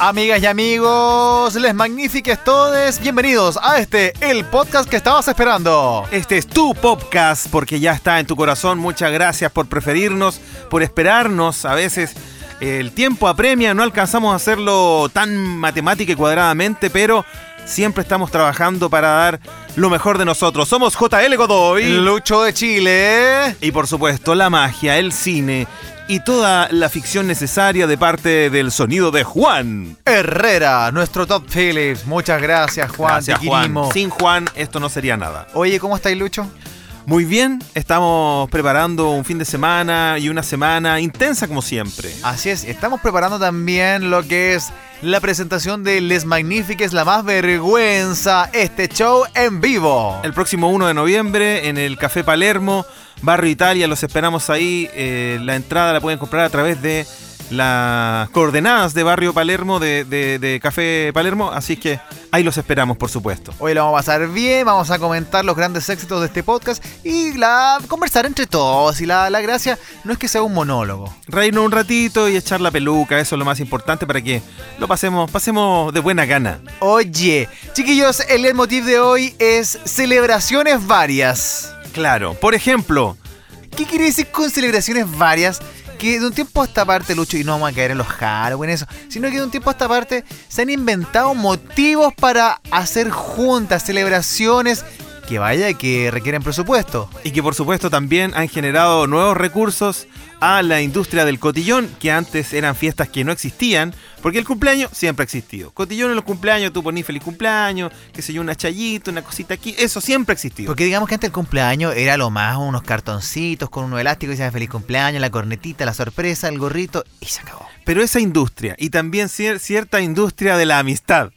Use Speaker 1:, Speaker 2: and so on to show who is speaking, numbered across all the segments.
Speaker 1: Amigas y amigos, les magníficas todos, bienvenidos a este, el podcast que estabas esperando.
Speaker 2: Este es tu podcast porque ya está en tu corazón. Muchas gracias por preferirnos, por esperarnos. A veces el tiempo apremia, no alcanzamos a hacerlo tan matemática y cuadradamente, pero siempre estamos trabajando para dar lo mejor de nosotros. Somos JL Godoy.
Speaker 1: Lucho de Chile.
Speaker 2: Y por supuesto, la magia, el cine y toda la ficción necesaria de parte del sonido de Juan.
Speaker 1: Herrera, nuestro Top Phillips. Muchas gracias, Juan.
Speaker 2: Gracias,
Speaker 1: te
Speaker 2: Juan.
Speaker 1: querimo.
Speaker 2: Sin Juan esto no sería nada.
Speaker 1: Oye, ¿cómo estáis, Lucho?
Speaker 2: Muy bien, estamos preparando un fin de semana y una semana intensa como siempre.
Speaker 1: Así es, estamos preparando también lo que es la presentación de Les Magnifiques, la más vergüenza, este show en vivo.
Speaker 2: El próximo 1 de noviembre en el Café Palermo, Barrio Italia, los esperamos ahí. Eh, la entrada la pueden comprar a través de las coordenadas de Barrio Palermo, de, de- de Café Palermo, así que ahí los esperamos, por supuesto.
Speaker 1: Hoy lo vamos a pasar bien, vamos a comentar los grandes éxitos de este podcast y la conversar entre todos. Y la, la gracia no es que sea un monólogo.
Speaker 2: Reírnos un ratito y echar la peluca, eso es lo más importante para que lo pasemos, pasemos de buena gana.
Speaker 1: Oye, chiquillos, el leitmotiv de hoy es celebraciones varias.
Speaker 2: Claro, por ejemplo,
Speaker 1: ¿Qué quiere decir con celebraciones varias? Que de un tiempo a esta parte, Lucho, y no vamos a caer en los Halloween, eso, sino que de un tiempo a esta parte se han inventado motivos para hacer juntas, celebraciones, que vaya que requieren presupuesto.
Speaker 2: y que por supuesto también han generado nuevos recursos a la industria del cotillón, que antes eran fiestas que no existían, porque el cumpleaños siempre ha existido. Cotillón en los cumpleaños, tú ponís feliz cumpleaños, qué sé yo, una chayita, una cosita aquí, eso siempre ha existido.
Speaker 1: Porque digamos que antes el cumpleaños era lo más, unos cartoncitos con uno elástico y decía feliz cumpleaños, la cornetita, la sorpresa, el gorrito, y se acabó.
Speaker 2: Pero esa industria, y también cier- cierta industria de la amistad,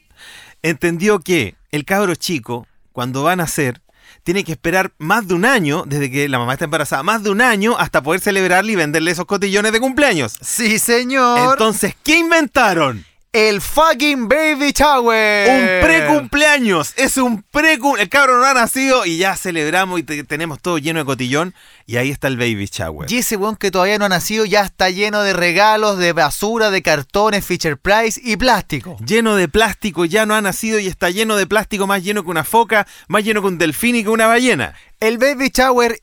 Speaker 2: entendió que el cabro chico, cuando va a nacer, tiene que esperar más de un año, desde que la mamá está embarazada, más de un año hasta poder celebrarle y venderle esos cotillones de cumpleaños.
Speaker 1: Sí, señor.
Speaker 2: Entonces, ¿qué inventaron?
Speaker 1: el fucking baby shower.
Speaker 2: Un precumpleaños. Es un precumpleaños. El cabro no ha nacido y ya celebramos y te- tenemos todo lleno de cotillón. Y ahí está el baby shower.
Speaker 1: Y ese weón que todavía no ha nacido ya está lleno de regalos, de basura, de cartones, feature price y plástico.
Speaker 2: Lleno de plástico, ya no ha nacido y está lleno de plástico, más lleno que una foca, más lleno que un delfín y que una ballena.
Speaker 1: El baby shower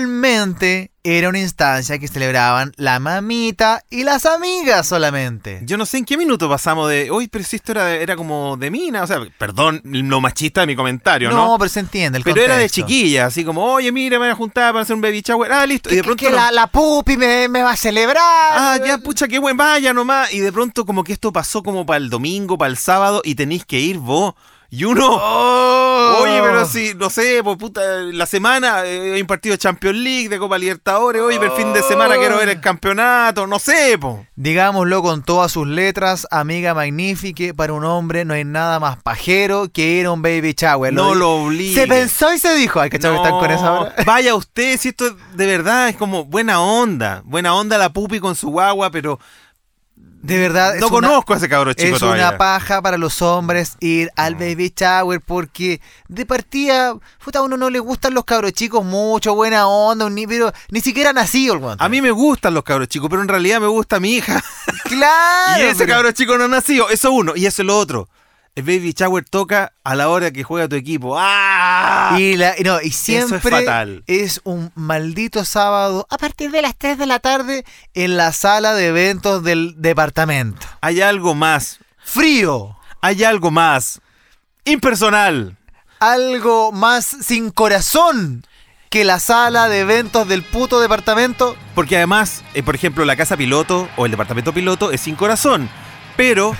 Speaker 1: inicialmente era una instancia que celebraban la mamita y las amigas solamente.
Speaker 2: Yo no sé en qué minuto pasamos de. Uy, pero si esto era, de- era como de mina. O sea, perdón lo machista de mi comentario, ¿no?
Speaker 1: No, pero se entiende el
Speaker 2: pero era de
Speaker 1: contexto.
Speaker 2: chiquilla, así como, oye, mira, me voy a juntar para hacer un baby shower. Ah, listo.
Speaker 1: Que,
Speaker 2: Y de pronto.
Speaker 1: que
Speaker 2: no-
Speaker 1: la, la pupi me, me va a celebrar.
Speaker 2: Ah, ya, pucha, qué buen vaya nomás. Y de pronto como que esto pasó como para el domingo, para el sábado, y tenéis que ir vos. Y uno,
Speaker 1: Oh.
Speaker 2: oye, pero si, no sé, pues puta, la semana eh, hay un partido de Champions League, de Copa Libertadores, oye, pero el fin de semana quiero ver
Speaker 1: Oh.
Speaker 2: el campeonato, no sé, po.
Speaker 1: Digámoslo con todas sus letras, amiga magnífica, para un hombre no hay nada más pajero que ir a un baby shower.
Speaker 2: No
Speaker 1: di-
Speaker 2: lo obligue.
Speaker 1: Se pensó y se dijo, ay, cachado que están con esa hora.
Speaker 2: Vaya usted, si esto es- de verdad es como buena onda, buena onda la pupi con su guagua, pero
Speaker 1: De verdad, es
Speaker 2: no
Speaker 1: una-
Speaker 2: conozco a ese cabro chico
Speaker 1: Es
Speaker 2: todavía. Ah.
Speaker 1: una paja para los hombres ir al baby shower porque de partida, puta, a uno no le gustan los cabros chicos mucho, buena onda, ni, pero ni siquiera nacido el guante.
Speaker 2: A mí me gustan los cabros chicos, pero en realidad me gusta mi hija.
Speaker 1: claro.
Speaker 2: Y ese
Speaker 1: pero-
Speaker 2: cabrón chico no nació. Eso uno. Y eso es lo otro. El baby shower toca a la hora que juega tu equipo. ¡Ah!
Speaker 1: Y, la- y no, y siempre
Speaker 2: fatal.
Speaker 1: es un maldito sábado a partir de las 3 de la tarde en la sala de eventos del departamento.
Speaker 2: Hay algo más.
Speaker 1: Frío.
Speaker 2: Hay algo más. Impersonal.
Speaker 1: Algo más sin corazón que la sala de eventos del puto departamento.
Speaker 2: Porque además, eh, por ejemplo, la casa piloto o el departamento piloto es sin corazón. Pero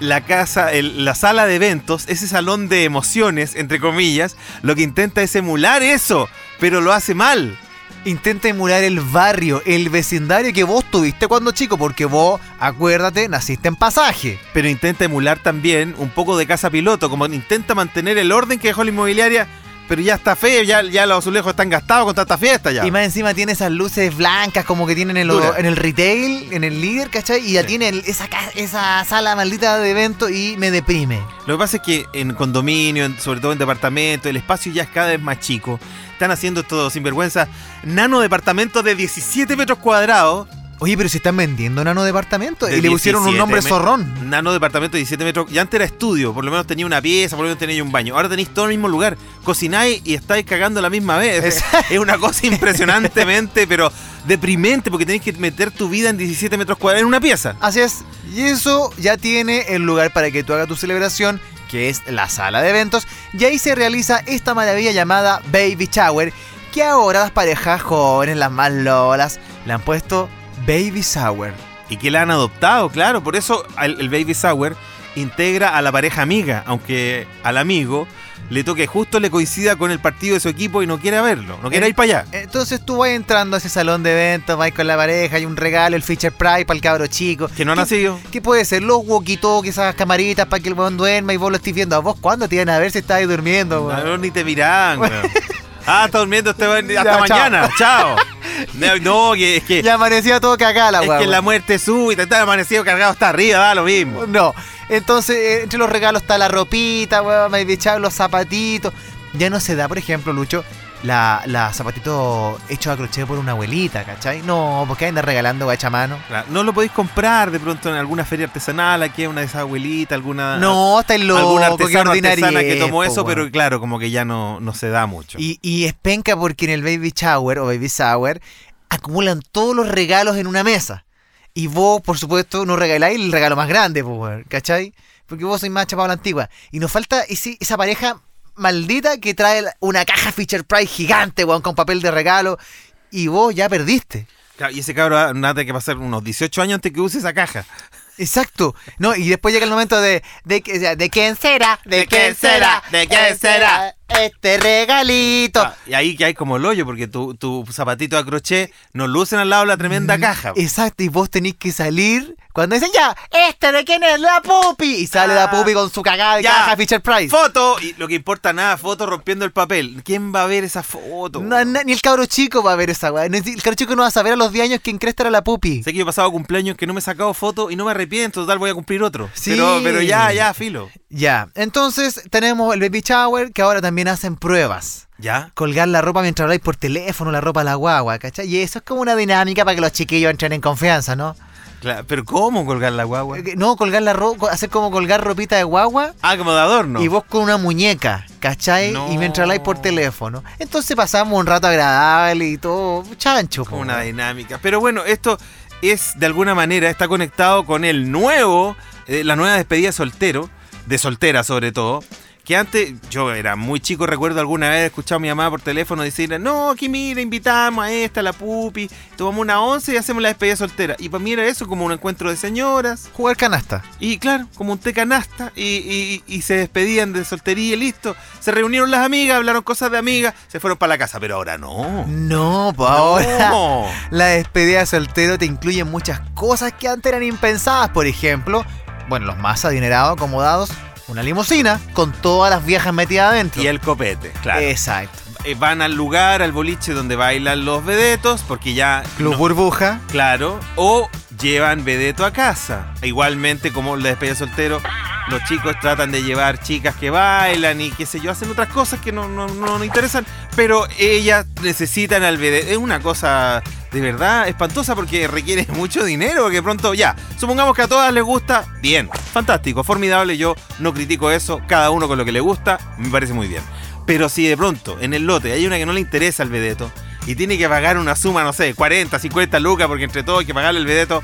Speaker 2: la casa, el- la sala de eventos, ese salón de emociones, entre comillas, lo que intenta es emular eso, pero lo hace mal.
Speaker 1: Intenta emular el barrio, el vecindario que vos tuviste cuando chico, porque vos, acuérdate, naciste en pasaje.
Speaker 2: pero intenta emular también un poco de casa piloto, como intenta mantener el orden que dejó la inmobiliaria, pero ya está feo, ya, ya los azulejos están gastados con tanta fiesta ya.
Speaker 1: Y más encima tiene esas luces blancas como que tienen en, lo-
Speaker 2: Dura.
Speaker 1: en el retail, en el líder, ¿cachai? Y ya
Speaker 2: Sí.
Speaker 1: tiene el- esa, ca- esa sala maldita de evento y me deprime.
Speaker 2: Lo que pasa es que en condominio, en- sobre todo en departamento, el espacio ya es cada vez más chico. Están haciendo estos sinvergüenza nano departamentos de 17 metros cuadrados.
Speaker 1: Oye, pero si están vendiendo nano departamento
Speaker 2: De
Speaker 1: y le pusieron un
Speaker 2: 17
Speaker 1: nombre
Speaker 2: me-
Speaker 1: zorrón.
Speaker 2: Nano departamento de 17 metros. Ya antes era estudio, por lo menos tenía una pieza, por lo menos tenía un baño. Ahora tenéis todo en el mismo lugar. Cocináis y estáis cagando a la misma vez. Es, una cosa impresionantemente, pero deprimente, porque tenéis que meter tu vida en 17 metros cuadrados en una pieza.
Speaker 1: Así es. Y eso ya tiene el lugar para que tú hagas tu celebración, que es la sala de eventos. Y ahí se realiza esta maravilla llamada Baby Shower, que ahora las parejas jóvenes, las más lolas, le han puesto Baby Shower.
Speaker 2: Y que la han adoptado, claro. Por eso el, el Baby Sour integra a la pareja amiga, aunque al amigo le toque justo le coincida con el partido de su equipo y no quiere verlo, no quiere
Speaker 1: Eh,
Speaker 2: ir para allá.
Speaker 1: Entonces tú vas entrando a ese salón de eventos, vas con la pareja, hay un regalo, el Fisher Price para el cabro chico.
Speaker 2: Que no ha
Speaker 1: ¿Qué-
Speaker 2: nacido.
Speaker 1: ¿Qué puede ser? Los walkie-talkies, esas camaritas para que el weón duerma y vos lo estés viendo. ¿A vos cuándo te iban a ver si estabas durmiendo, weón?
Speaker 2: No, ni te miran, weón. Ah, está durmiendo este weón.
Speaker 1: Ya,
Speaker 2: Hasta
Speaker 1: chao.
Speaker 2: mañana, chao. No, No, que es que,
Speaker 1: Y amanecía todo cagada la
Speaker 2: es
Speaker 1: weá,
Speaker 2: que la
Speaker 1: weón.
Speaker 2: muerte súbita, está amanecido cargado hasta arriba, da lo mismo.
Speaker 1: No. Entonces, eh, entre los regalos está la ropita, weón, baby shower, los zapatitos. Ya no se da, por ejemplo, Lucho, la, la zapatitos hechos a crochet por una abuelita, ¿cachai? No, porque anda regalando gacha mano.
Speaker 2: Claro, No lo podéis comprar de pronto en alguna feria artesanal, aquí una de esas abuelitas, alguna...
Speaker 1: No, está el loco,
Speaker 2: Ah, algún
Speaker 1: qué
Speaker 2: artesano artesana que
Speaker 1: ordinariez,
Speaker 2: tomó
Speaker 1: po,
Speaker 2: eso,
Speaker 1: weón.
Speaker 2: pero claro, como que ya no, no se da mucho.
Speaker 1: Y, y es penca porque en el baby shower o baby shower acumulan todos los regalos en una mesa. Y vos, por supuesto, no regaláis el regalo más grande, po, weón, ¿cachai? Porque vos sois más chapado a la antigua. Y nos falta ese- esa pareja maldita que trae la- una caja Fisher Price gigante, weón, con papel de regalo. Y vos ya perdiste.
Speaker 2: Claro, y ese cabrón nada tiene que pasar unos 18 años antes que use esa caja.
Speaker 1: Exacto. No, y después llega el momento de de, que- de quién será, de,
Speaker 2: ¿De
Speaker 1: quién
Speaker 2: quién
Speaker 1: será,
Speaker 2: será? ¿De quién será?
Speaker 1: este regalito.
Speaker 2: Ah, y ahí que hay como el hoyo, porque tu, tu zapatito de crochet no lucen al lado de la tremenda caja.
Speaker 1: Mm, Exacto, y vos tenés que salir cuando dicen ya, ¿este de quién es? La pupi. Y sale la
Speaker 2: Ah,
Speaker 1: pupi con su cagada de
Speaker 2: ya.
Speaker 1: caja Fisher Price.
Speaker 2: Foto, y lo que importa nada, foto rompiendo el papel. ¿Quién va a ver esa foto?
Speaker 1: No, na- ni el cabro chico va a ver esa weá. Ni El cabro chico no va a saber a los 10 años quién cresta era la pupi.
Speaker 2: Sé que yo he pasado cumpleaños que no me he sacado foto y no me arrepiento, total voy a cumplir otro.
Speaker 1: Sí.
Speaker 2: Pero, pero ya, ya, filo.
Speaker 1: Ya, entonces tenemos el baby shower que ahora también hacen pruebas.
Speaker 2: ¿Ya?
Speaker 1: Colgar la ropa mientras habláis por teléfono, la ropa a la guagua, ¿cachai? Y eso es como una dinámica para que los chiquillos entren en confianza, ¿no?
Speaker 2: Claro, pero ¿cómo colgar la guagua?
Speaker 1: Eh, No, colgar la ropa, hacer como colgar ropita de guagua
Speaker 2: Ah, como de adorno.
Speaker 1: Y vos con una muñeca, ¿cachai?
Speaker 2: No.
Speaker 1: Y mientras habláis por teléfono. Entonces pasamos un rato agradable y todo chancho.
Speaker 2: como
Speaker 1: po.
Speaker 2: una dinámica. Pero bueno, esto es de alguna manera, está conectado con el nuevo, eh, la nueva despedida de soltero, de soltera sobre todo. Que antes, yo era muy chico, recuerdo alguna vez escuchar a mi mamá por teléfono decir, no, aquí mira, invitamos a esta, a la pupi, tomamos una once y hacemos la despedida de soltera. Y para mí era eso, como un encuentro de señoras,
Speaker 1: Jugar canasta.
Speaker 2: y claro, como un té canasta, y, y- y se despedían de soltería y listo. Se reunieron las amigas, hablaron cosas de amigas, se fueron para la casa, pero ahora no.
Speaker 1: No, pues ahora.
Speaker 2: Oh. No.
Speaker 1: La despedida de soltero te incluye muchas cosas que antes eran impensadas. Por ejemplo, bueno, los más adinerados, acomodados, una limusina con todas las viejas metidas adentro.
Speaker 2: Y el copete, claro.
Speaker 1: Exacto.
Speaker 2: Eh, van al lugar, al boliche donde bailan los vedetos, porque ya...
Speaker 1: Club
Speaker 2: no-
Speaker 1: Burbuja.
Speaker 2: claro. O llevan vedeto a casa. Igualmente, como la despedida de soltero, los chicos tratan de llevar chicas que bailan y qué sé yo, hacen otras cosas que no no, no, no interesan, pero ellas necesitan al vedeto. Es una cosa de verdad espantosa porque requiere mucho dinero, porque pronto ya, supongamos que a todas les gusta, bien, fantástico, formidable, yo no critico eso, cada uno con lo que le gusta, me parece muy bien. Pero si de pronto en el lote hay una que no le interesa al vedeto y tiene que pagar una suma, no sé, 40, 50 lucas, porque entre todo hay que pagarle el vedeto,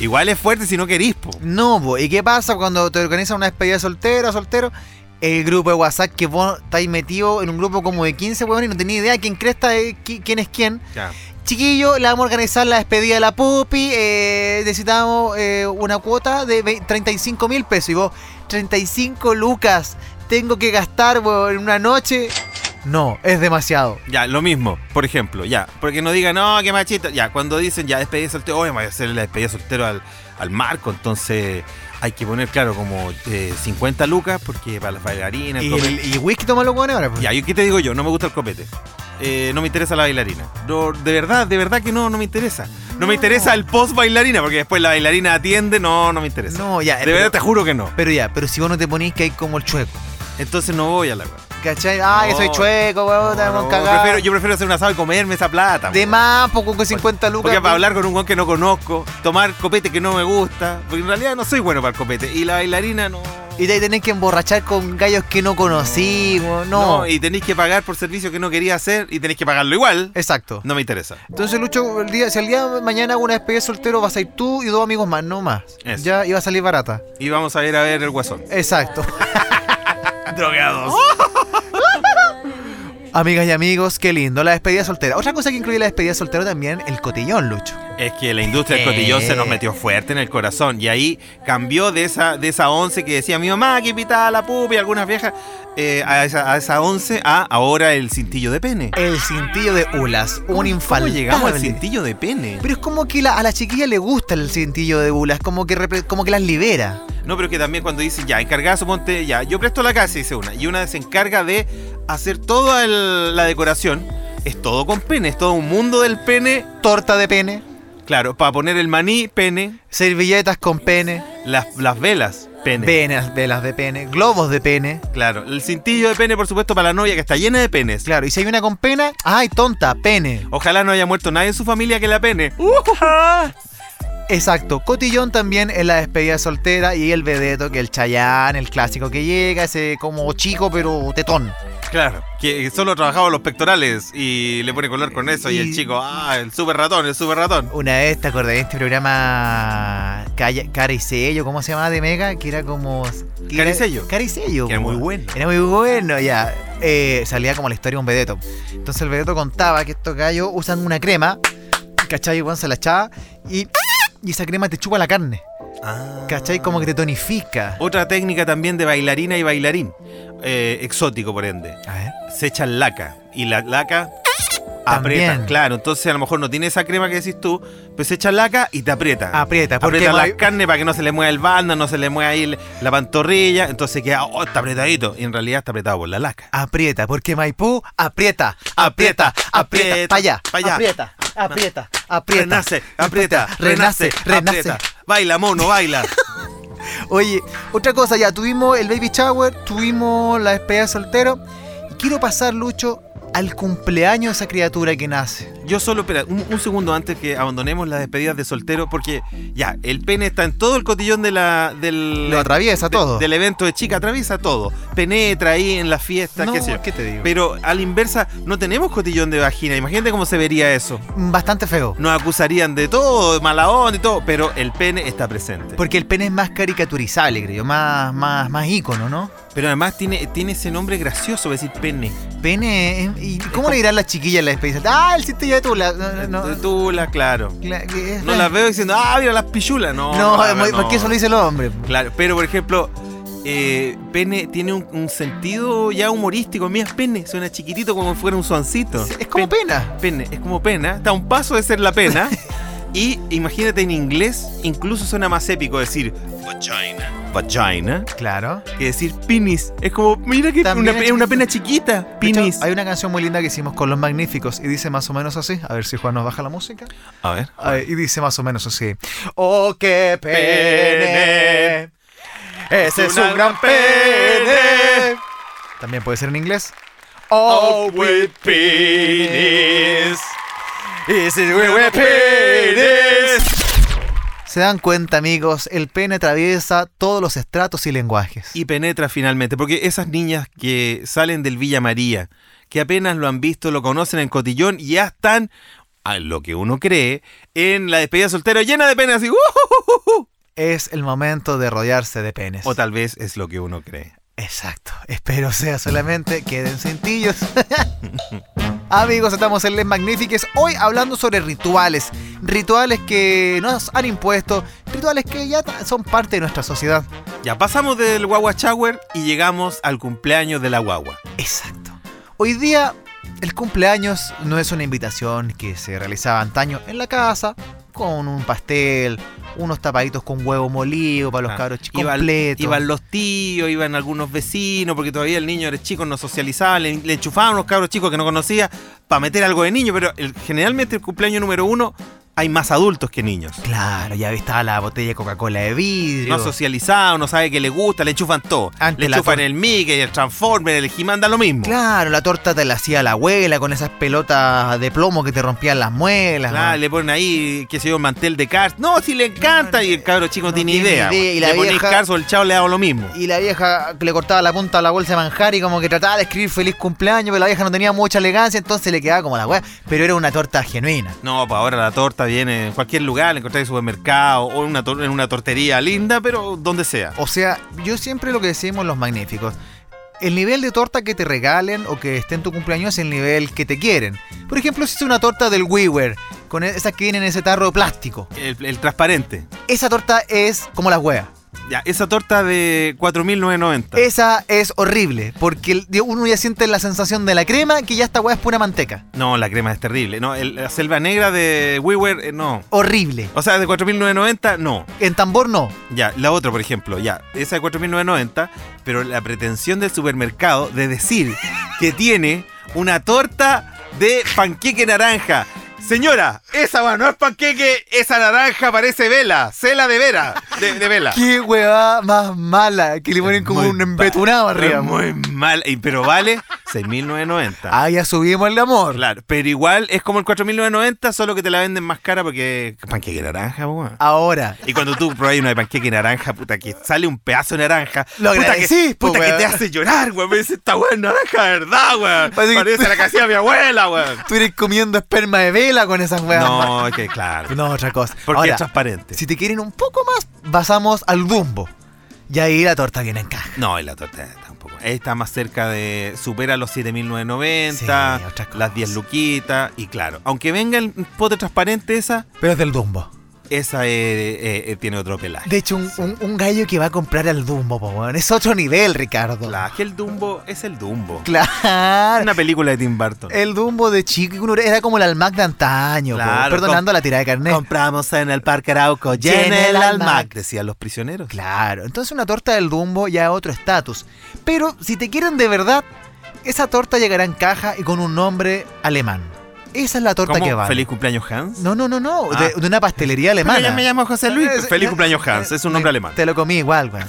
Speaker 2: igual es fuerte si no querís, po.
Speaker 1: No, po. ¿y qué pasa cuando te organizan una despedida soltera, soltero? El grupo de WhatsApp que vos estáis metido en un grupo como de 15 huevones y no tenía idea quién cresta es, qui- quién es quién.
Speaker 2: Ya.
Speaker 1: Chiquillo, le vamos a organizar la despedida de la pupi. eh, necesitamos eh, una cuota de ve- 35 mil pesos. Y vos, 35 lucas, tengo que gastar weón, en una noche. No, es demasiado.
Speaker 2: Ya, lo mismo, por ejemplo, ya. Porque no digan, no, qué machista. Ya, cuando dicen, ya, despedida soltero, oye, voy a hacer la despedida soltero al, al marco, entonces hay que poner, claro, como eh, 50 lucas, porque para las bailarinas, el
Speaker 1: Y,
Speaker 2: copete.
Speaker 1: el, y whisky toma los hueones ahora. pues.
Speaker 2: Ya, ¿y qué te digo yo? No me gusta el copete. Eh, no me interesa la bailarina. No, de verdad, de verdad que no, no me interesa. No, me interesa el post bailarina, porque después la bailarina atiende, no, no me interesa.
Speaker 1: No, ya.
Speaker 2: de
Speaker 1: pero-
Speaker 2: verdad te juro que no.
Speaker 1: Pero ya, pero si vos no te ponís que hay como el chueco.
Speaker 2: Entonces no voy a la weá.
Speaker 1: ¿Cachai? Ay,
Speaker 2: No,
Speaker 1: soy chueco, weón,
Speaker 2: No,
Speaker 1: te hemos
Speaker 2: no,
Speaker 1: cagado.
Speaker 2: prefiero- yo prefiero hacer un asado y comerme esa plata.
Speaker 1: De
Speaker 2: weón.
Speaker 1: más, poco con 50 lucas.
Speaker 2: Porque para
Speaker 1: weón.
Speaker 2: hablar con un guan que no conozco, tomar copete que no me gusta, porque en realidad no soy bueno para el copete. Y la bailarina no.
Speaker 1: Y te tenés que emborrachar con gallos que no conocí, weón, no.
Speaker 2: y tenéis que pagar por servicio que no quería hacer y tenéis que pagarlo igual.
Speaker 1: Exacto.
Speaker 2: No me interesa.
Speaker 1: Entonces, Lucho, el día, si el día de mañana hago una despedida de soltero, vas a ir tú y dos amigos más, no más.
Speaker 2: Eso.
Speaker 1: Ya iba a salir barata.
Speaker 2: Y vamos a ir a ver el guasón. Oh.
Speaker 1: Exacto.
Speaker 2: Drogados.
Speaker 1: Amigas y amigos, qué lindo. La despedida soltera. Otra cosa que incluye la despedida soltera también, el cotillón, Lucho.
Speaker 2: Es que la industria del
Speaker 1: Eh.
Speaker 2: cotillón se nos metió fuerte en el corazón. Y ahí cambió de esa, de esa once que decía mi mamá que invitaba a la pupa y algunas viejas eh, a, esa, a esa once a ahora el cintillo de pene.
Speaker 1: El cintillo de ulas. Un
Speaker 2: ¿Cómo
Speaker 1: infaltable.
Speaker 2: llegamos al cintillo de pene?
Speaker 1: Pero es como que la- a la chiquilla le gusta el cintillo de bulas, como que, repre- como que las libera.
Speaker 2: No, pero que también cuando dice ya, encargada, suponte, ya, yo presto la casa, dice una, y una se encarga de hacer toda el- la decoración, es todo con pene, es todo un mundo del pene,
Speaker 1: Torta de pene,
Speaker 2: claro, para poner el maní, pene,
Speaker 1: servilletas con pene,
Speaker 2: las, las velas, pene.
Speaker 1: venas, velas de pene, globos de pene.
Speaker 2: Claro, el cintillo de pene, por supuesto, para la novia que está llena de penes.
Speaker 1: Claro, y si hay una con pena, ¡ay, tonta! Pene.
Speaker 2: Ojalá no haya muerto nadie en su familia que la pene.
Speaker 1: Exacto. Cotillón también en la despedida soltera y el vedeto, que el chayán, el clásico que llega, ese como chico pero tetón.
Speaker 2: Claro, que solo trabajaba los pectorales y le pone color con eso y,
Speaker 1: Y-
Speaker 2: el chico, ah, el super ratón, el super ratón.
Speaker 1: Una vez te acordás de este programa Calla- Cara y Sello, ¿cómo se llamaba de Mega? Que era como. que
Speaker 2: Cara y
Speaker 1: era-
Speaker 2: Sello.
Speaker 1: Cara y Sello,
Speaker 2: Que era
Speaker 1: po.
Speaker 2: muy bueno.
Speaker 1: Era muy bueno, ya. Eh, salía como la historia de un vedeto. Entonces el vedeto contaba que estos gallos usan una crema, ¿cachai? Juan se la echaba y, y esa crema te chupa la carne,
Speaker 2: Ah.
Speaker 1: ¿cachai? Como que te tonifica.
Speaker 2: Otra técnica también de bailarina y bailarín, eh, exótico por ende,
Speaker 1: A ver.
Speaker 2: se echan laca y la laca aprieta,
Speaker 1: También.
Speaker 2: claro, entonces a lo mejor no tiene esa crema que decís tú, pues se echa laca y te aprieta.
Speaker 1: Aprieta, Ah, porque
Speaker 2: Aprieta la
Speaker 1: hay-
Speaker 2: carne para que no se le mueva el bando, no se le mueva ahí la pantorrilla, entonces queda, oh, está apretadito, y en realidad está apretado por la laca.
Speaker 1: Aprieta, porque Maipú aprieta, aprieta, aprieta,
Speaker 2: Aprieta,
Speaker 1: para allá,
Speaker 2: pa' allá.
Speaker 1: aprieta, aprieta, aprieta.
Speaker 2: Renace, aprieta,
Speaker 1: renace,
Speaker 2: renace,
Speaker 1: renace.
Speaker 2: aprieta. Baila, mono, baila.
Speaker 1: Oye, otra cosa, ya tuvimos el baby shower, tuvimos la despedida de soltero. Y quiero pasar, Lucho, al cumpleaños de esa criatura que nace.
Speaker 2: Yo solo, espera, un, un segundo antes que abandonemos las despedidas de soltero, porque ya, el pene está en todo el cotillón de la, del,
Speaker 1: Lo atraviesa
Speaker 2: de-
Speaker 1: todo.
Speaker 2: del evento de chica, atraviesa todo. Penetra ahí en las fiestas,
Speaker 1: No,
Speaker 2: qué sé yo.
Speaker 1: ¿qué te digo?
Speaker 2: Pero a la inversa, no tenemos cotillón de vagina. Imagínate cómo se vería eso.
Speaker 1: Bastante feo.
Speaker 2: Nos acusarían de todo, de mala onda y todo, pero el pene está presente.
Speaker 1: Porque el pene es más caricaturizable, creo, yo, más, más, más ícono, ¿no?
Speaker 2: Pero además tiene, tiene ese nombre gracioso, es decir pene.
Speaker 1: Pene, eh, ¿y cómo le dirán las chiquillas en la despedida? Ah, el cintillo de tula. No, no,
Speaker 2: De
Speaker 1: no.
Speaker 2: tula, claro.
Speaker 1: Cla- que es-
Speaker 2: No las veo diciendo, ah, mira las pichulas. No,
Speaker 1: No,
Speaker 2: la
Speaker 1: es
Speaker 2: veo,
Speaker 1: muy- porque eso lo dice el hombre.
Speaker 2: Claro, pero por ejemplo, eh, pene tiene un, un sentido ya humorístico. Mira, pene, suena chiquitito como si fuera un suancito.
Speaker 1: Es como
Speaker 2: Pen-
Speaker 1: pena.
Speaker 2: pene. es como pena. Está a un paso de ser la pena. y imagínate en inglés, incluso suena más épico decir vagina. Vagina.
Speaker 1: Claro.
Speaker 2: Que decir penis. Es como, mira que
Speaker 1: También
Speaker 2: una,
Speaker 1: es
Speaker 2: pe-
Speaker 1: chiquito.
Speaker 2: una pena chiquita.
Speaker 1: De hecho,
Speaker 2: Penis.
Speaker 1: hay una canción muy linda que hicimos con Los Magníficos y dice más o menos así. A ver si Juan nos baja la música.
Speaker 2: A ver.
Speaker 1: A ver, y dice más o menos así. Oh, qué pene. Ese es un gran pene. También puede ser en inglés. Oh,
Speaker 2: with penis.
Speaker 1: ese es un gran Se dan cuenta, amigos, el pene atraviesa todos los estratos y lenguajes.
Speaker 2: y penetra finalmente. Porque esas niñas que salen del Villa María, que apenas lo han visto, lo conocen en cotillón y ya están, a lo que uno cree, en la despedida soltera llena de penas y ¡uh! ¡ujujujuju!
Speaker 1: es el momento de rodearse de penes.
Speaker 2: O tal vez es lo que uno cree.
Speaker 1: Exacto. Espero sea solamente queden cintillos. Amigos, estamos en Les Magnifiques hoy hablando sobre rituales. Rituales que nos han impuesto, rituales que ya ta- son parte de nuestra sociedad.
Speaker 2: Ya pasamos del guagua shower y llegamos al cumpleaños de la guagua.
Speaker 1: Exacto. Hoy día el cumpleaños no es una invitación que se realizaba antaño en la casa con un pastel, unos tapaditos con huevo molido para los
Speaker 2: Ah,
Speaker 1: cabros chicos
Speaker 2: Iban,
Speaker 1: completos.
Speaker 2: iban los tíos, iban algunos vecinos, porque todavía el niño era chico, no socializaba, le, le enchufaban unos cabros chicos que no conocía para meter algo de niño, pero el- generalmente el cumpleaños número uno hay más adultos que niños.
Speaker 1: Claro, ya estaba la botella de Coca-Cola de vidrio.
Speaker 2: No socializado, no sabe que le gusta, le enchufan todo.
Speaker 1: Antes
Speaker 2: le
Speaker 1: la
Speaker 2: enchufan
Speaker 1: tor-
Speaker 2: el Mickey, el Transformer, el He-Man, da lo mismo.
Speaker 1: Claro, la torta te la hacía la abuela con esas pelotas de plomo que te rompían las muelas.
Speaker 2: Claro,
Speaker 1: ¿no?
Speaker 2: le ponen ahí, qué sé yo, mantel de Cars. No, si le encanta y el cabro chico no,
Speaker 1: no
Speaker 2: tiene,
Speaker 1: tiene
Speaker 2: idea.
Speaker 1: idea,
Speaker 2: güey.
Speaker 1: y la
Speaker 2: le ponéis
Speaker 1: vieja-
Speaker 2: Cars o el chavo le hago lo mismo.
Speaker 1: Y la vieja que le cortaba la punta a la bolsa de manjar y como que trataba de escribir feliz cumpleaños, pero la vieja no tenía mucha elegancia, entonces le quedaba como la weá. Pero era una torta genuina.
Speaker 2: No, pues ahora la torta viene en cualquier lugar, la encontráis en supermercado o en una, tor- en una tortería linda, pero donde sea.
Speaker 1: O sea, yo siempre lo que decimos los magníficos. El nivel de torta que te regalen o que esté en tu cumpleaños es el nivel que te quieren. Por ejemplo, si es una torta del WeWare, con esas que vienen en ese tarro de plástico.
Speaker 2: El, el transparente.
Speaker 1: Esa torta es como las weas.
Speaker 2: Ya, esa torta de 4.990.
Speaker 1: Esa es horrible, porque el- de- uno ya siente la sensación de la crema que ya esta weá es pura manteca.
Speaker 2: No, la crema es terrible. No, el- la selva negra de WeWare, eh, no.
Speaker 1: Horrible.
Speaker 2: O sea, de 4.990, no.
Speaker 1: En tambor no.
Speaker 2: Ya, la otra, por ejemplo, ya, esa de 4.990, pero la pretensión del supermercado de decir que tiene una torta de panqueque naranja. Señora, esa va, no es panqueque, esa naranja parece vela, cela de vera, de, de vela.
Speaker 1: Qué weá más mala, que le ponen como
Speaker 2: Ah. Muy
Speaker 1: un embetunado
Speaker 2: Es
Speaker 1: arriba.
Speaker 2: muy mal, y- pero vale 6.990.
Speaker 1: Ah, ya subimos el amor.
Speaker 2: Claro, pero igual es como el 4.990, solo que te la venden más cara porque panqueque naranja, weón.
Speaker 1: Ahora.
Speaker 2: Y cuando tú probas una de panqueque naranja, puta, que sale un pedazo de naranja.
Speaker 1: Lo
Speaker 2: puta que,
Speaker 1: agradecí, po,
Speaker 2: puta que
Speaker 1: weón.
Speaker 2: te hace llorar, weón. Me dice, esta weón es naranja de verdad, weón.
Speaker 1: Parece
Speaker 2: Parece,
Speaker 1: que-
Speaker 2: la que hacía mi abuela, weón.
Speaker 1: Tú eres comiendo esperma de vela con esas weas.
Speaker 2: No, que claro.
Speaker 1: No, otra cosa.
Speaker 2: Porque
Speaker 1: Ahora,
Speaker 2: es transparente.
Speaker 1: si te quieren un poco más, pasamos al Dumbo. Y ahí la torta viene en caja.
Speaker 2: No, y la torta tampoco. Está más cerca de. Supera los
Speaker 1: Sí,
Speaker 2: 7.990,
Speaker 1: otra cosa.
Speaker 2: las 10 luquitas. Y claro, aunque venga el pote transparente, esa,
Speaker 1: Pero es del Dumbo.
Speaker 2: esa eh, eh, eh, tiene otro pelaje.
Speaker 1: De hecho, un, un- un gallo que va a comprar al Dumbo, po, weón. Es otro nivel, Ricardo.
Speaker 2: La, que el Dumbo es el Dumbo.
Speaker 1: Claro. Eh,
Speaker 2: Una película de Tim Burton.
Speaker 1: El Dumbo de chico, uno era como el almac de antaño, po,
Speaker 2: Claro,
Speaker 1: perdonando la tirada de carnet.
Speaker 2: Compramos en el Parque Arauco,
Speaker 1: Llena el almac.
Speaker 2: decían los prisioneros.
Speaker 1: Claro, entonces una torta del Dumbo ya es otro estatus. Pero si te quieren de verdad, esa torta llegará en caja y con un nombre alemán. Esa es la torta
Speaker 2: ¿Cómo?
Speaker 1: que va.
Speaker 2: ¿Feliz cumpleaños Hans?
Speaker 1: No, Eh, no, no, no,
Speaker 2: Ah.
Speaker 1: de, de una pastelería
Speaker 2: Hola,
Speaker 1: alemana.
Speaker 2: ya me llamo José Luis. pues,
Speaker 1: Es-
Speaker 2: Feliz
Speaker 1: ya-
Speaker 2: cumpleaños Hans, es un nombre
Speaker 1: me-
Speaker 2: alemán.
Speaker 1: Te lo comí igual, weón.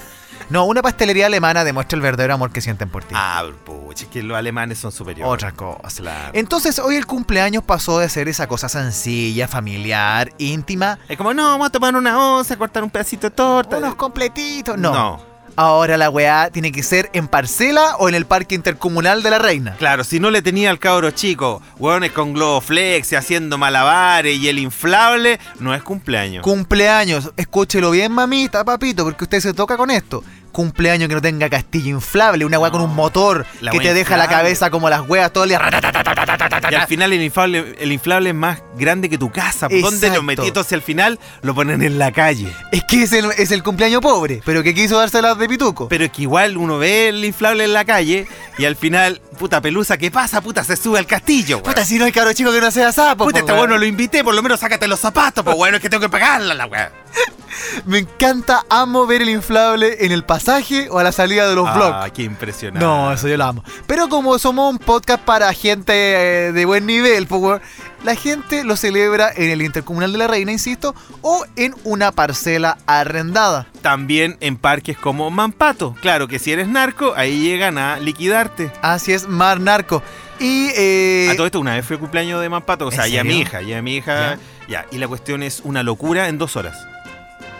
Speaker 1: No, una pastelería alemana demuestra el verdadero amor que sienten por ti.
Speaker 2: Ah, pucha, es que los alemanes son superiores.
Speaker 1: Otra cosa.
Speaker 2: Claro.
Speaker 1: Entonces hoy el cumpleaños pasó de ser esa cosa sencilla, familiar, íntima,
Speaker 2: Es como, no, vamos a tomar una onza, cortar un pedacito de torta.
Speaker 1: unos completitos. No. Ahora la weá tiene que ser en parcela o en el parque intercomunal de la reina.
Speaker 2: Claro, si no le tenía al cabro chico, hueones con globoflex y haciendo malabares y el inflable, no es cumpleaños.
Speaker 1: Cumpleaños, escúchelo bien, mamita, papito, porque usted se toca con esto. Cumpleaños que no tenga castillo inflable, una weá con un motor
Speaker 2: la
Speaker 1: que
Speaker 2: weá
Speaker 1: te deja la
Speaker 2: inflable.
Speaker 1: cabeza como las weas todo el día.
Speaker 2: y al final el inflable, el inflable es más grande que tu casa. ¿Dónde
Speaker 1: Exacto.
Speaker 2: lo metí? Entonces al final lo ponen en la calle.
Speaker 1: Es que es el, es el cumpleaños pobre, pero que quiso dárselas de pituco.
Speaker 2: Pero es que igual uno ve el inflable en la calle y al final, puta pelusa, ¿qué pasa? Puta, se sube al castillo, weón.
Speaker 1: Puta, si no hay caro chico que no sea sapo. po,
Speaker 2: Puta, está
Speaker 1: weón.
Speaker 2: bueno, lo invité, por lo menos sácate los zapatos, pues bueno, es que tengo que pagarla la weá.
Speaker 1: Me encanta, amo ver el inflable en el pasaje o a la salida de los blogs.
Speaker 2: Ah, qué impresionante.
Speaker 1: No, eso yo lo amo. Pero como somos un podcast para gente eh, de buen nivel, po, weón, la gente lo celebra en el Intercomunal de la Reina, insisto, o en una parcela arrendada.
Speaker 2: También en parques como Mampato. Claro que si eres narco, ahí llegan a liquidarte.
Speaker 1: Así es, Mar Narco. Y eh,
Speaker 2: a todo esto, una vez fue el cumpleaños de Mampato, o
Speaker 1: ¿En
Speaker 2: sea, ya mi
Speaker 1: serio?
Speaker 2: hija, ya mi hija, ya. Y la cuestión es una locura en dos horas.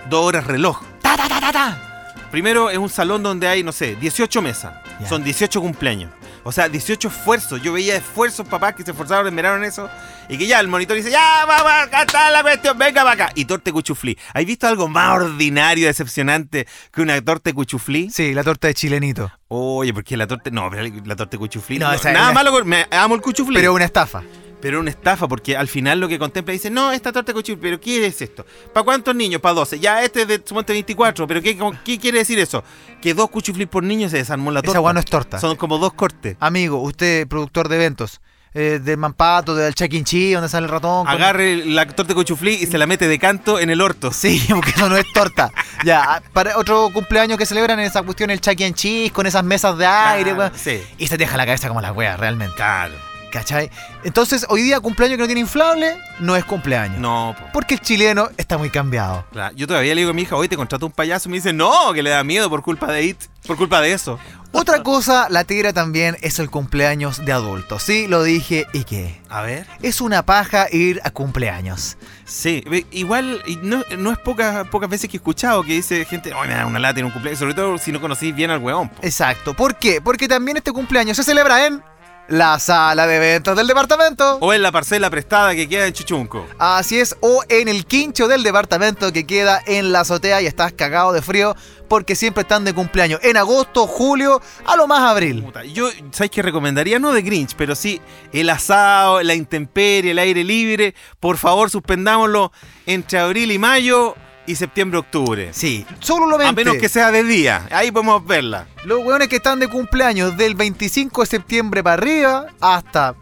Speaker 2: Dos horas reloj.
Speaker 1: ta, ta, ta, ta, ta.
Speaker 2: Primero es un salón donde hay, no sé, 18 mesas.
Speaker 1: Ya.
Speaker 2: Son 18 cumpleaños. O sea, 18 esfuerzos. Yo veía esfuerzos, papás, que se esforzaron, esmeraron en eso. Y que ya el monitor dice, ya, papá, acá está la cuestión, venga para acá. Y torte cuchuflí. ¿Has visto algo más ordinario, decepcionante que una torte cuchuflí?
Speaker 1: Sí, la torta de chilenito.
Speaker 2: Oye, porque la torte. No, pero la torte cuchuflí.
Speaker 1: No,
Speaker 2: no,
Speaker 1: esa-
Speaker 2: nada
Speaker 1: la-
Speaker 2: malo, con- me, amo el cuchuflí.
Speaker 1: Pero es una estafa.
Speaker 2: Pero era una estafa, porque al final lo que contempla dice, no, esta torta de cochino, pero ¿qué es esto? ¿Para cuántos niños? Para 12. Ya, este es de suponte 24, pero ¿qué, cómo- qué quiere decir eso? Que dos cuchiflis por niño se desarmó la torta.
Speaker 1: Esa hueá no es torta.
Speaker 2: Son como dos cortes.
Speaker 1: Amigo, usted, productor de eventos, eh, del Mampato, del Chaquinchí, donde sale el ratón. Ah, con-
Speaker 2: Agarre la torta de cochuflí y se la mete de canto en el orto.
Speaker 1: Sí, porque eso no es torta. ya, ah, para otro cumpleaños que celebran en esa cuestión, el Chaquinchí, con esas mesas de aire,
Speaker 2: Claro,
Speaker 1: weón.
Speaker 2: Sí.
Speaker 1: Y se te deja la cabeza como la wea, realmente.
Speaker 2: Claro.
Speaker 1: ¿Cachai? Entonces, hoy día cumpleaños que no tiene inflable, no es cumpleaños.
Speaker 2: No, po.
Speaker 1: Porque el chileno está muy cambiado.
Speaker 2: Claro, Yo todavía le digo a mi hija, hoy te contrato un payaso y me dice, no, que le da miedo por culpa de IT, por culpa de eso.
Speaker 1: Otra cosa, la tira también es el cumpleaños de adultos. Sí, lo dije, ¿y qué?
Speaker 2: A ver.
Speaker 1: Es una paja ir a cumpleaños.
Speaker 2: Sí, ve, igual y no, no es pocas pocas veces que he escuchado que dice gente, hoy me da una lata en un cumpleaños, sobre todo si no conocís bien al weón. po.
Speaker 1: Exacto. ¿Por qué? Porque también este cumpleaños se celebra en la sala de eventos del departamento.
Speaker 2: O en la parcela prestada que queda en Chuchunco.
Speaker 1: Así es, o en el quincho del departamento que queda en la azotea y estás cagado de frío porque siempre están de cumpleaños. En agosto, julio, a lo más abril.
Speaker 2: Puta, Yo, ¿sabes qué recomendaría? No de Grinch, pero sí el asado, la intemperie, el aire libre. Por favor, suspendámoslo entre abril y mayo y septiembre-octubre.
Speaker 1: Sí, solamente.
Speaker 2: A menos que sea de día, ahí podemos verla.
Speaker 1: Los hueones que están de cumpleaños del 25 de septiembre para arriba hasta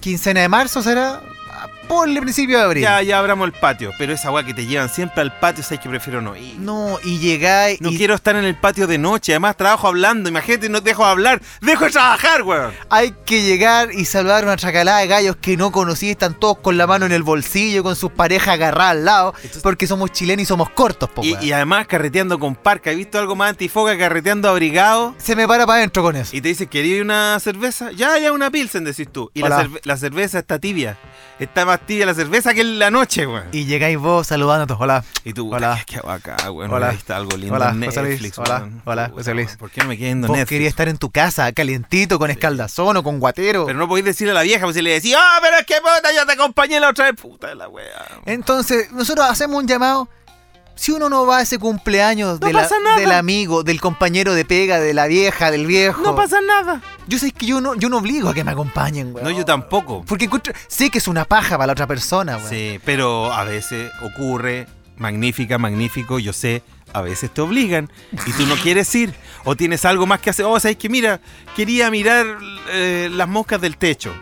Speaker 1: quincena de marzo será ah, por el principio de abril.
Speaker 2: Ya, ya abramos el patio, pero esa weá que te llevan siempre al patio, sabes que prefiero no ir.
Speaker 1: No, y llegáis
Speaker 2: No
Speaker 1: y
Speaker 2: quiero estar en el patio de noche, además trabajo hablando, imagínate, no te dejo hablar, dejo de trabajar, weón.
Speaker 1: hay que llegar y saludar una chacalada de gallos que no conocí, están todos con la mano en el bolsillo, con sus parejas agarradas al lado,
Speaker 2: Entonces-
Speaker 1: porque somos chilenos y somos cortos, po,
Speaker 2: Y,
Speaker 1: weón.
Speaker 2: y además carreteando con parca, he visto algo más antifoca carreteando abrigado.
Speaker 1: Se me para para adentro con eso.
Speaker 2: Y te dice, ¿querías una cerveza? Ya, ya, una pilsen, decís tú. Y la,
Speaker 1: Hola.
Speaker 2: cerve- la cerveza está tibia. Está más tibia la cerveza que en la noche, weón.
Speaker 1: Y llegáis vos saludando a todos. Hola.
Speaker 2: Y tú,
Speaker 1: Hola.
Speaker 2: ¿qué, qué hago acá, weón?
Speaker 1: Hola.
Speaker 2: Ahí está algo lindo
Speaker 1: Hola,
Speaker 2: en
Speaker 1: José Luis.
Speaker 2: Netflix,
Speaker 1: Hola,
Speaker 2: weón.
Speaker 1: hola,
Speaker 2: Puta,
Speaker 1: José Luis.
Speaker 2: weón, ¿Por qué no me quedé viendo
Speaker 1: Vos
Speaker 2: Netflix?
Speaker 1: querías estar en tu casa, calientito, con escaldazón o con guatero.
Speaker 2: Pero no podéis decirle a la vieja, pues si le decís, ¡ah, pero es que puta, yo te acompañé la otra vez! ¡Puta de la weá!
Speaker 1: Entonces, nosotros hacemos un llamado. Si uno no va a ese cumpleaños
Speaker 2: No
Speaker 1: de la-
Speaker 2: pasa nada.
Speaker 1: del amigo, del compañero de pega, de la vieja, del viejo.
Speaker 2: No pasa nada.
Speaker 1: Yo sé que yo no, yo no obligo a que me acompañen, weón.
Speaker 2: No, yo tampoco.
Speaker 1: Porque encuentro- sé que es una paja para la otra persona, weón.
Speaker 2: Sí, pero a veces ocurre, magnífica, magnífico, yo sé, a veces te obligan y tú no quieres ir o tienes algo más que hacer. Oh, sabes que mira, quería mirar eh, las moscas del techo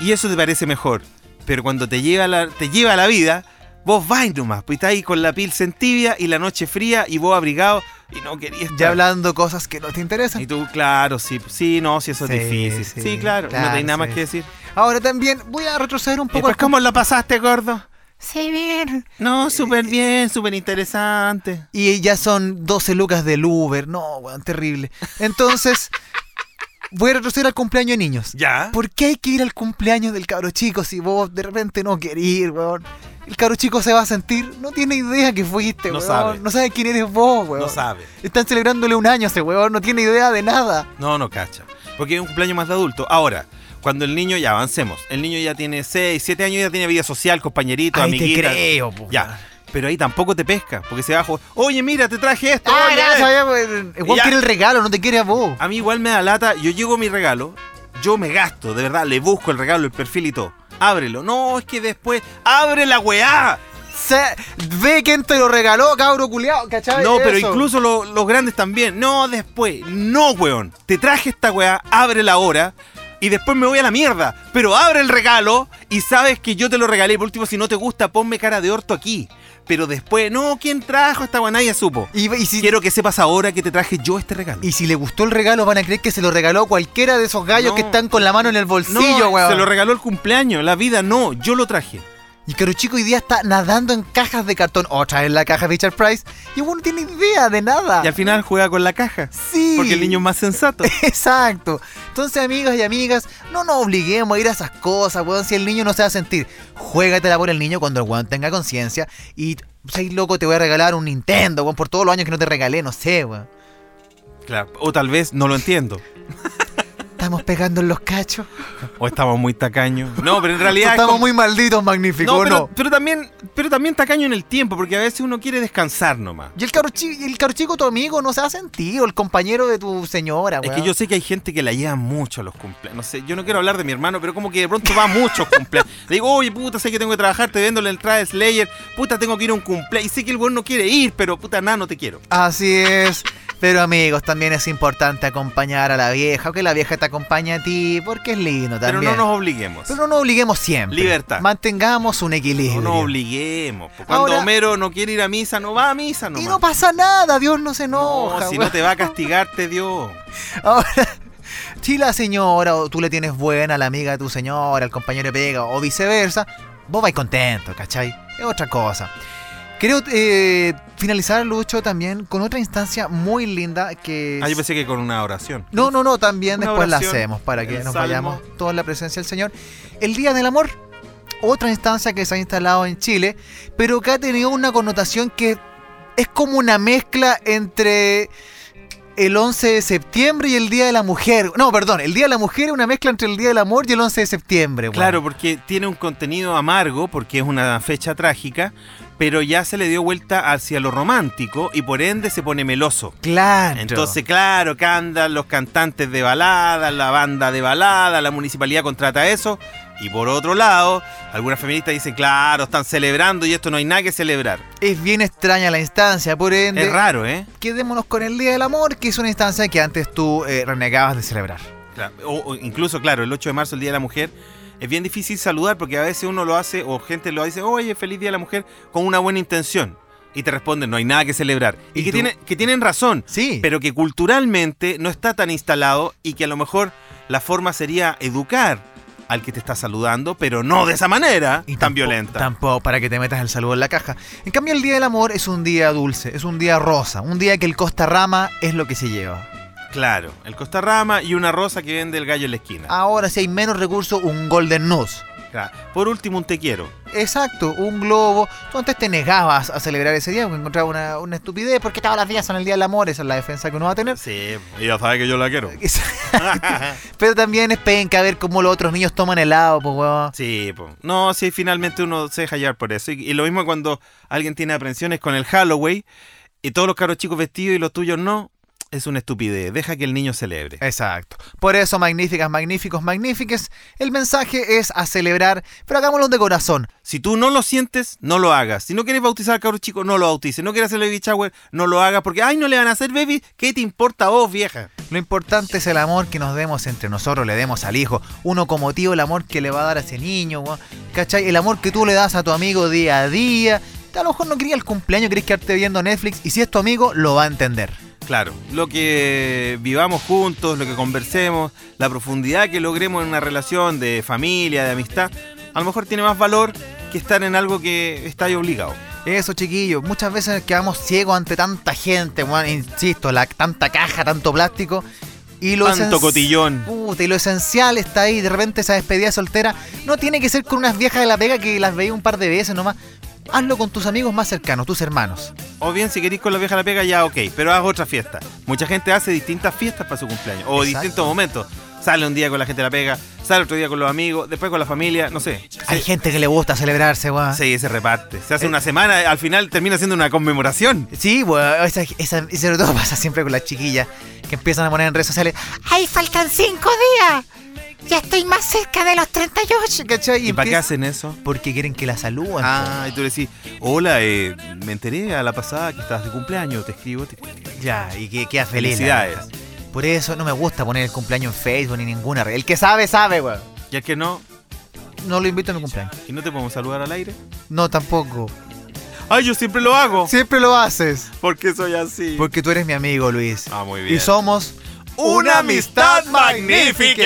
Speaker 2: y eso te parece mejor, pero cuando te lleva la, te lleva la vida, vos vais nomás, pues estás ahí con la piel en tibia y la noche fría y vos abrigado y no querías
Speaker 1: Ya
Speaker 2: estar.
Speaker 1: hablando cosas que no te interesan.
Speaker 2: Y tú, claro, sí, sí, no, sí, eso
Speaker 1: Sí,
Speaker 2: es difícil.
Speaker 1: sí,
Speaker 2: Sí, claro, no
Speaker 1: claro,
Speaker 2: tenés nada más
Speaker 1: sí.
Speaker 2: que decir.
Speaker 1: Ahora también voy a retroceder un
Speaker 2: ¿Y
Speaker 1: poco.
Speaker 2: pues,
Speaker 1: al
Speaker 2: ¿Cómo la pasaste, gordo?
Speaker 1: Sí, bien.
Speaker 2: No, súper bien, súper interesante.
Speaker 1: Y ya son 12 lucas del Uber. No, weón, terrible. Entonces, voy a retroceder al cumpleaños de niños.
Speaker 2: ¿Ya?
Speaker 1: ¿Por qué hay que ir al cumpleaños del cabro chico si vos de repente no querés ir, weón? El cabro chico se va a sentir, no tiene idea que fuiste,
Speaker 2: No
Speaker 1: weón.
Speaker 2: sabe.
Speaker 1: No sabe quién eres vos, weón.
Speaker 2: No sabe.
Speaker 1: Están celebrándole un año a ese weón, no tiene idea de nada.
Speaker 2: No, no cacha. Porque es un cumpleaños más de adulto. Ahora, cuando el niño, ya avancemos. El niño ya tiene 6, 7 años, ya tiene vida social, compañerito,
Speaker 1: Ahí te
Speaker 2: amiguita.
Speaker 1: creo, po.
Speaker 2: Ya. Pero ahí tampoco te pesca, porque se va a jugar. Oye, mira, te traje esto.
Speaker 1: Ah,
Speaker 2: oye".
Speaker 1: ya, sabía, weón. El weón
Speaker 2: Ya. Ah.
Speaker 1: quiere el regalo, no te quiere a vos.
Speaker 2: A mí igual me da lata. Yo llego mi regalo, yo me gasto, de verdad, le busco el regalo, el perfil y todo. Ábrelo. No, es que después. ¡Abre la weá!
Speaker 1: Se- ve quién te lo regaló, cabro culiao, ¿cachai?
Speaker 2: No, pero
Speaker 1: Eso.
Speaker 2: incluso lo- los grandes también. No, después. No, weón. Te traje esta weá, abre la hora y después me voy a la mierda. Pero abre el regalo y sabes que yo te lo regalé. Por último, si no te gusta, ponme cara de orto aquí. Pero después, no, ¿quién trajo esta weá? Nadie supo.
Speaker 1: Y, y si,
Speaker 2: Quiero que sepas ahora que te traje yo este regalo.
Speaker 1: y si le gustó el regalo, van a creer que se lo regaló cualquiera de esos gallos
Speaker 2: No.
Speaker 1: que están con la mano en el
Speaker 2: no,
Speaker 1: bolsillo, weón.
Speaker 2: se lo regaló el cumpleaños, la vida no, yo lo traje.
Speaker 1: Y Caro Chico hoy día está nadando en cajas de cartón, otra vez la caja de Richard Price, y uno no tiene idea de nada.
Speaker 2: Y al final juega con la caja.
Speaker 1: Ah. sí.
Speaker 2: Porque el niño es más sensato.
Speaker 1: Exacto. Entonces, amigos y amigas, no nos obliguemos a ir a esas cosas, weón. Si el niño no se va a sentir, juégatela por el niño cuando el weón tenga conciencia. Y, seis loco, te voy a regalar un Nintendo, weón, por todos los años que no te regalé, no sé, weón.
Speaker 2: Claro, o tal vez no lo entiendo.
Speaker 1: estamos pegando en los cachos.
Speaker 2: O estamos muy tacaños. No, pero en realidad. es
Speaker 1: estamos
Speaker 2: como-
Speaker 1: muy malditos, magnífico,
Speaker 2: No,
Speaker 1: ¿o
Speaker 2: pero,
Speaker 1: no?
Speaker 2: pero también, pero también tacaño en el tiempo, porque a veces uno quiere descansar nomás.
Speaker 1: Y el cabro chi- y el cabro chico, tu amigo, no se ha sentido, el compañero de tu señora,
Speaker 2: Es
Speaker 1: weón.
Speaker 2: que yo sé que hay gente que la lleva mucho a los cumpleaños. No sé, yo no quiero hablar de mi hermano, pero como que de pronto va a muchos cumpleaños. Le digo, oye, puta, sé que tengo que trabajar, te vendo la entrada de Slayer, puta, tengo que ir a un cumpleaños. Y sé que el weón no quiere ir, pero puta, nada, no te quiero.
Speaker 1: Así es. Pero amigos, también es importante acompañar a la vieja, o que la vieja te acompañe a ti, porque es lindo también.
Speaker 2: Pero no nos obliguemos.
Speaker 1: Pero no nos obliguemos siempre.
Speaker 2: Libertad.
Speaker 1: Mantengamos un
Speaker 2: No
Speaker 1: equilibrio.
Speaker 2: nos obliguemos. po. Cuando
Speaker 1: Ahora-
Speaker 2: Homero no quiere ir a misa, no va a misa nomás.
Speaker 1: y no pasa nada, Dios no se
Speaker 2: No,
Speaker 1: enoja.
Speaker 2: si
Speaker 1: weón.
Speaker 2: no te va a castigarte Dios.
Speaker 1: Ahora, si la señora o tú le tienes buena a la amiga de tu señora, al compañero de pega o viceversa, vos vais contento, ¿cachai? Es otra cosa. Quiero eh, finalizar, Lucho, también con otra instancia muy linda que...
Speaker 2: Ah, yo pensé que con una oración.
Speaker 1: No, no, no, también
Speaker 2: Una
Speaker 1: después la
Speaker 2: oración,
Speaker 1: hacemos para que
Speaker 2: el
Speaker 1: nos
Speaker 2: salmo.
Speaker 1: vayamos todos en la presencia del Señor. El Día del Amor, otra instancia que se ha instalado en Chile, pero que ha tenido una connotación que es como una mezcla entre el 11 de septiembre y el Día de la Mujer. No, perdón, el Día de la Mujer es una mezcla entre el Día del Amor y el 11 de septiembre. weón.
Speaker 2: Claro, porque tiene un contenido amargo, porque es una fecha trágica, pero ya se le dio vuelta hacia lo romántico y por ende se pone meloso.
Speaker 1: Claro.
Speaker 2: Entonces, claro, que andan los cantantes de balada, la banda de balada, la municipalidad contrata eso. Y por otro lado, algunas feministas dicen, claro, están celebrando y esto no hay nada que celebrar.
Speaker 1: es bien extraña la instancia, por ende,
Speaker 2: Es raro, ¿eh?
Speaker 1: quedémonos con el Día del Amor, que es una instancia que antes tú eh, renegabas de celebrar.
Speaker 2: Claro, O, o incluso, claro, el 8 de marzo, el Día de la Mujer, es bien difícil saludar porque a veces uno lo hace o gente lo dice, oye, feliz Día de la Mujer, con una buena intención. Y te responden, no hay nada que celebrar. Y,
Speaker 1: ¿Y
Speaker 2: que,
Speaker 1: tú?
Speaker 2: tiene- que tienen razón,
Speaker 1: Sí.
Speaker 2: pero que culturalmente no está tan instalado y que a lo mejor la forma sería educar al que te está saludando, pero no de esa manera
Speaker 1: Y
Speaker 2: tan
Speaker 1: tampoco-
Speaker 2: violenta.
Speaker 1: Tampoco para que te metas el saludo en la caja. En cambio, el Día del Amor es un día dulce, es un día rosa, un día que el Costa Rama es lo que se lleva.
Speaker 2: Claro, el Costa Rama y una rosa que vende el gallo en la esquina.
Speaker 1: Ahora, si hay menos recursos, un Golden News.
Speaker 2: Claro. Por último, un te quiero.
Speaker 1: Exacto, un globo. Tú antes te negabas a celebrar ese día porque encontrabas una, una estupidez, porque todos los días son el Día del Amor, esa es la defensa que uno va a tener.
Speaker 2: Sí, ella sabe que yo la quiero.
Speaker 1: Pero también es penca ver cómo los otros niños toman helado, pues weón.
Speaker 2: Sí, po. no, sí, finalmente uno se deja llevar por eso. Y, y lo mismo cuando alguien tiene aprensiones con el Halloween y todos los caros chicos vestidos y los tuyos no, es una estupidez. Deja que el niño celebre.
Speaker 1: Exacto. Por eso, magníficas, magníficos, magníficas, el mensaje es a celebrar, pero hagámoslo de corazón.
Speaker 2: Si tú no lo sientes, no lo hagas. Si no quieres bautizar al cabro chico, no lo bautices. No quieres hacer baby shower, no lo hagas. Porque, ay, no le van a hacer baby. ¿Qué te importa a vos, vieja?
Speaker 1: Lo importante es el amor que nos demos entre nosotros, le demos al hijo. Uno como tío, el amor que le va a dar a ese niño, weón. ¿cachai? El amor que tú le das a tu amigo día a día. A lo mejor no quería el cumpleaños, querés quedarte viendo Netflix y si es tu amigo, lo va a entender.
Speaker 2: Claro, lo que vivamos juntos, lo que conversemos, la profundidad que logremos en una relación de familia, de amistad, a lo mejor tiene más valor que estar en algo que está ahí obligado.
Speaker 1: Eso, chiquillos. Muchas veces quedamos ciegos ante tanta gente, weón. Insisto, la, tanta caja, tanto plástico. Y lo
Speaker 2: Tanto
Speaker 1: esenci-
Speaker 2: cotillón.
Speaker 1: Puta, y lo esencial está ahí. De repente esa despedida soltera no tiene que ser con unas viejas de la pega que las veía un par de veces nomás. Hazlo con tus amigos más cercanos, tus hermanos.
Speaker 2: O bien, si queréis con la vieja la pega, ya ok, pero haz otra fiesta. Mucha gente hace distintas fiestas para su cumpleaños, o
Speaker 1: Exacto.
Speaker 2: distintos momentos. Sale un día con la gente de la pega, sale otro día con los amigos, después con la familia, no sé.
Speaker 1: Hay gente que le gusta celebrarse, weón. Sí.
Speaker 2: Sí, se reparte. Se
Speaker 1: Eh.
Speaker 2: hace una semana, al final termina siendo una conmemoración.
Speaker 1: weón, esa, esa- y sobre todo pasa siempre con las chiquillas que empiezan a poner en redes sociales, "Ah,
Speaker 3: ¡Ay, faltan cinco días! Ya estoy más cerca de los 38.
Speaker 1: ¿cachai?
Speaker 2: ¿Y, para qué
Speaker 1: empiezan-
Speaker 2: hacen eso?
Speaker 1: Porque quieren que la saluden.
Speaker 2: Ah, y tú le decís, hola, eh, me enteré a la pasada que estabas de cumpleaños, te escribo, te escribo.
Speaker 1: po. Ya, y que queda feliz. la
Speaker 2: Felicidades.
Speaker 1: vieja. Por eso no me gusta poner el cumpleaños en Facebook ni ninguna red. El que sabe, sabe, weón.
Speaker 2: Ya que no,
Speaker 1: No lo invito a mi cumpleaños.
Speaker 2: y no te podemos saludar al aire.
Speaker 1: No, tampoco.
Speaker 2: Ay, yo siempre lo hago.
Speaker 1: Siempre lo haces.
Speaker 2: Porque soy así.
Speaker 1: Porque tú eres mi amigo, Luis.
Speaker 2: Ah, muy bien.
Speaker 1: Y somos
Speaker 2: Una amistad magnífica.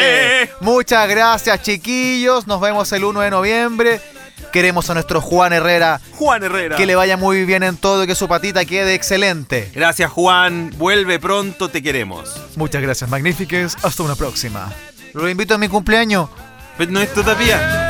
Speaker 1: Muchas gracias, chiquillos. Nos vemos el 1 de noviembre. Queremos a nuestro Juan Herrera
Speaker 2: Juan Herrera.
Speaker 1: que le vaya muy bien en todo y que su patita quede excelente.
Speaker 2: Gracias, Juan. Vuelve pronto, te queremos.
Speaker 1: Muchas gracias, magníficas. Hasta una próxima. Lo invito a mi cumpleaños.
Speaker 2: Pero no es todavía.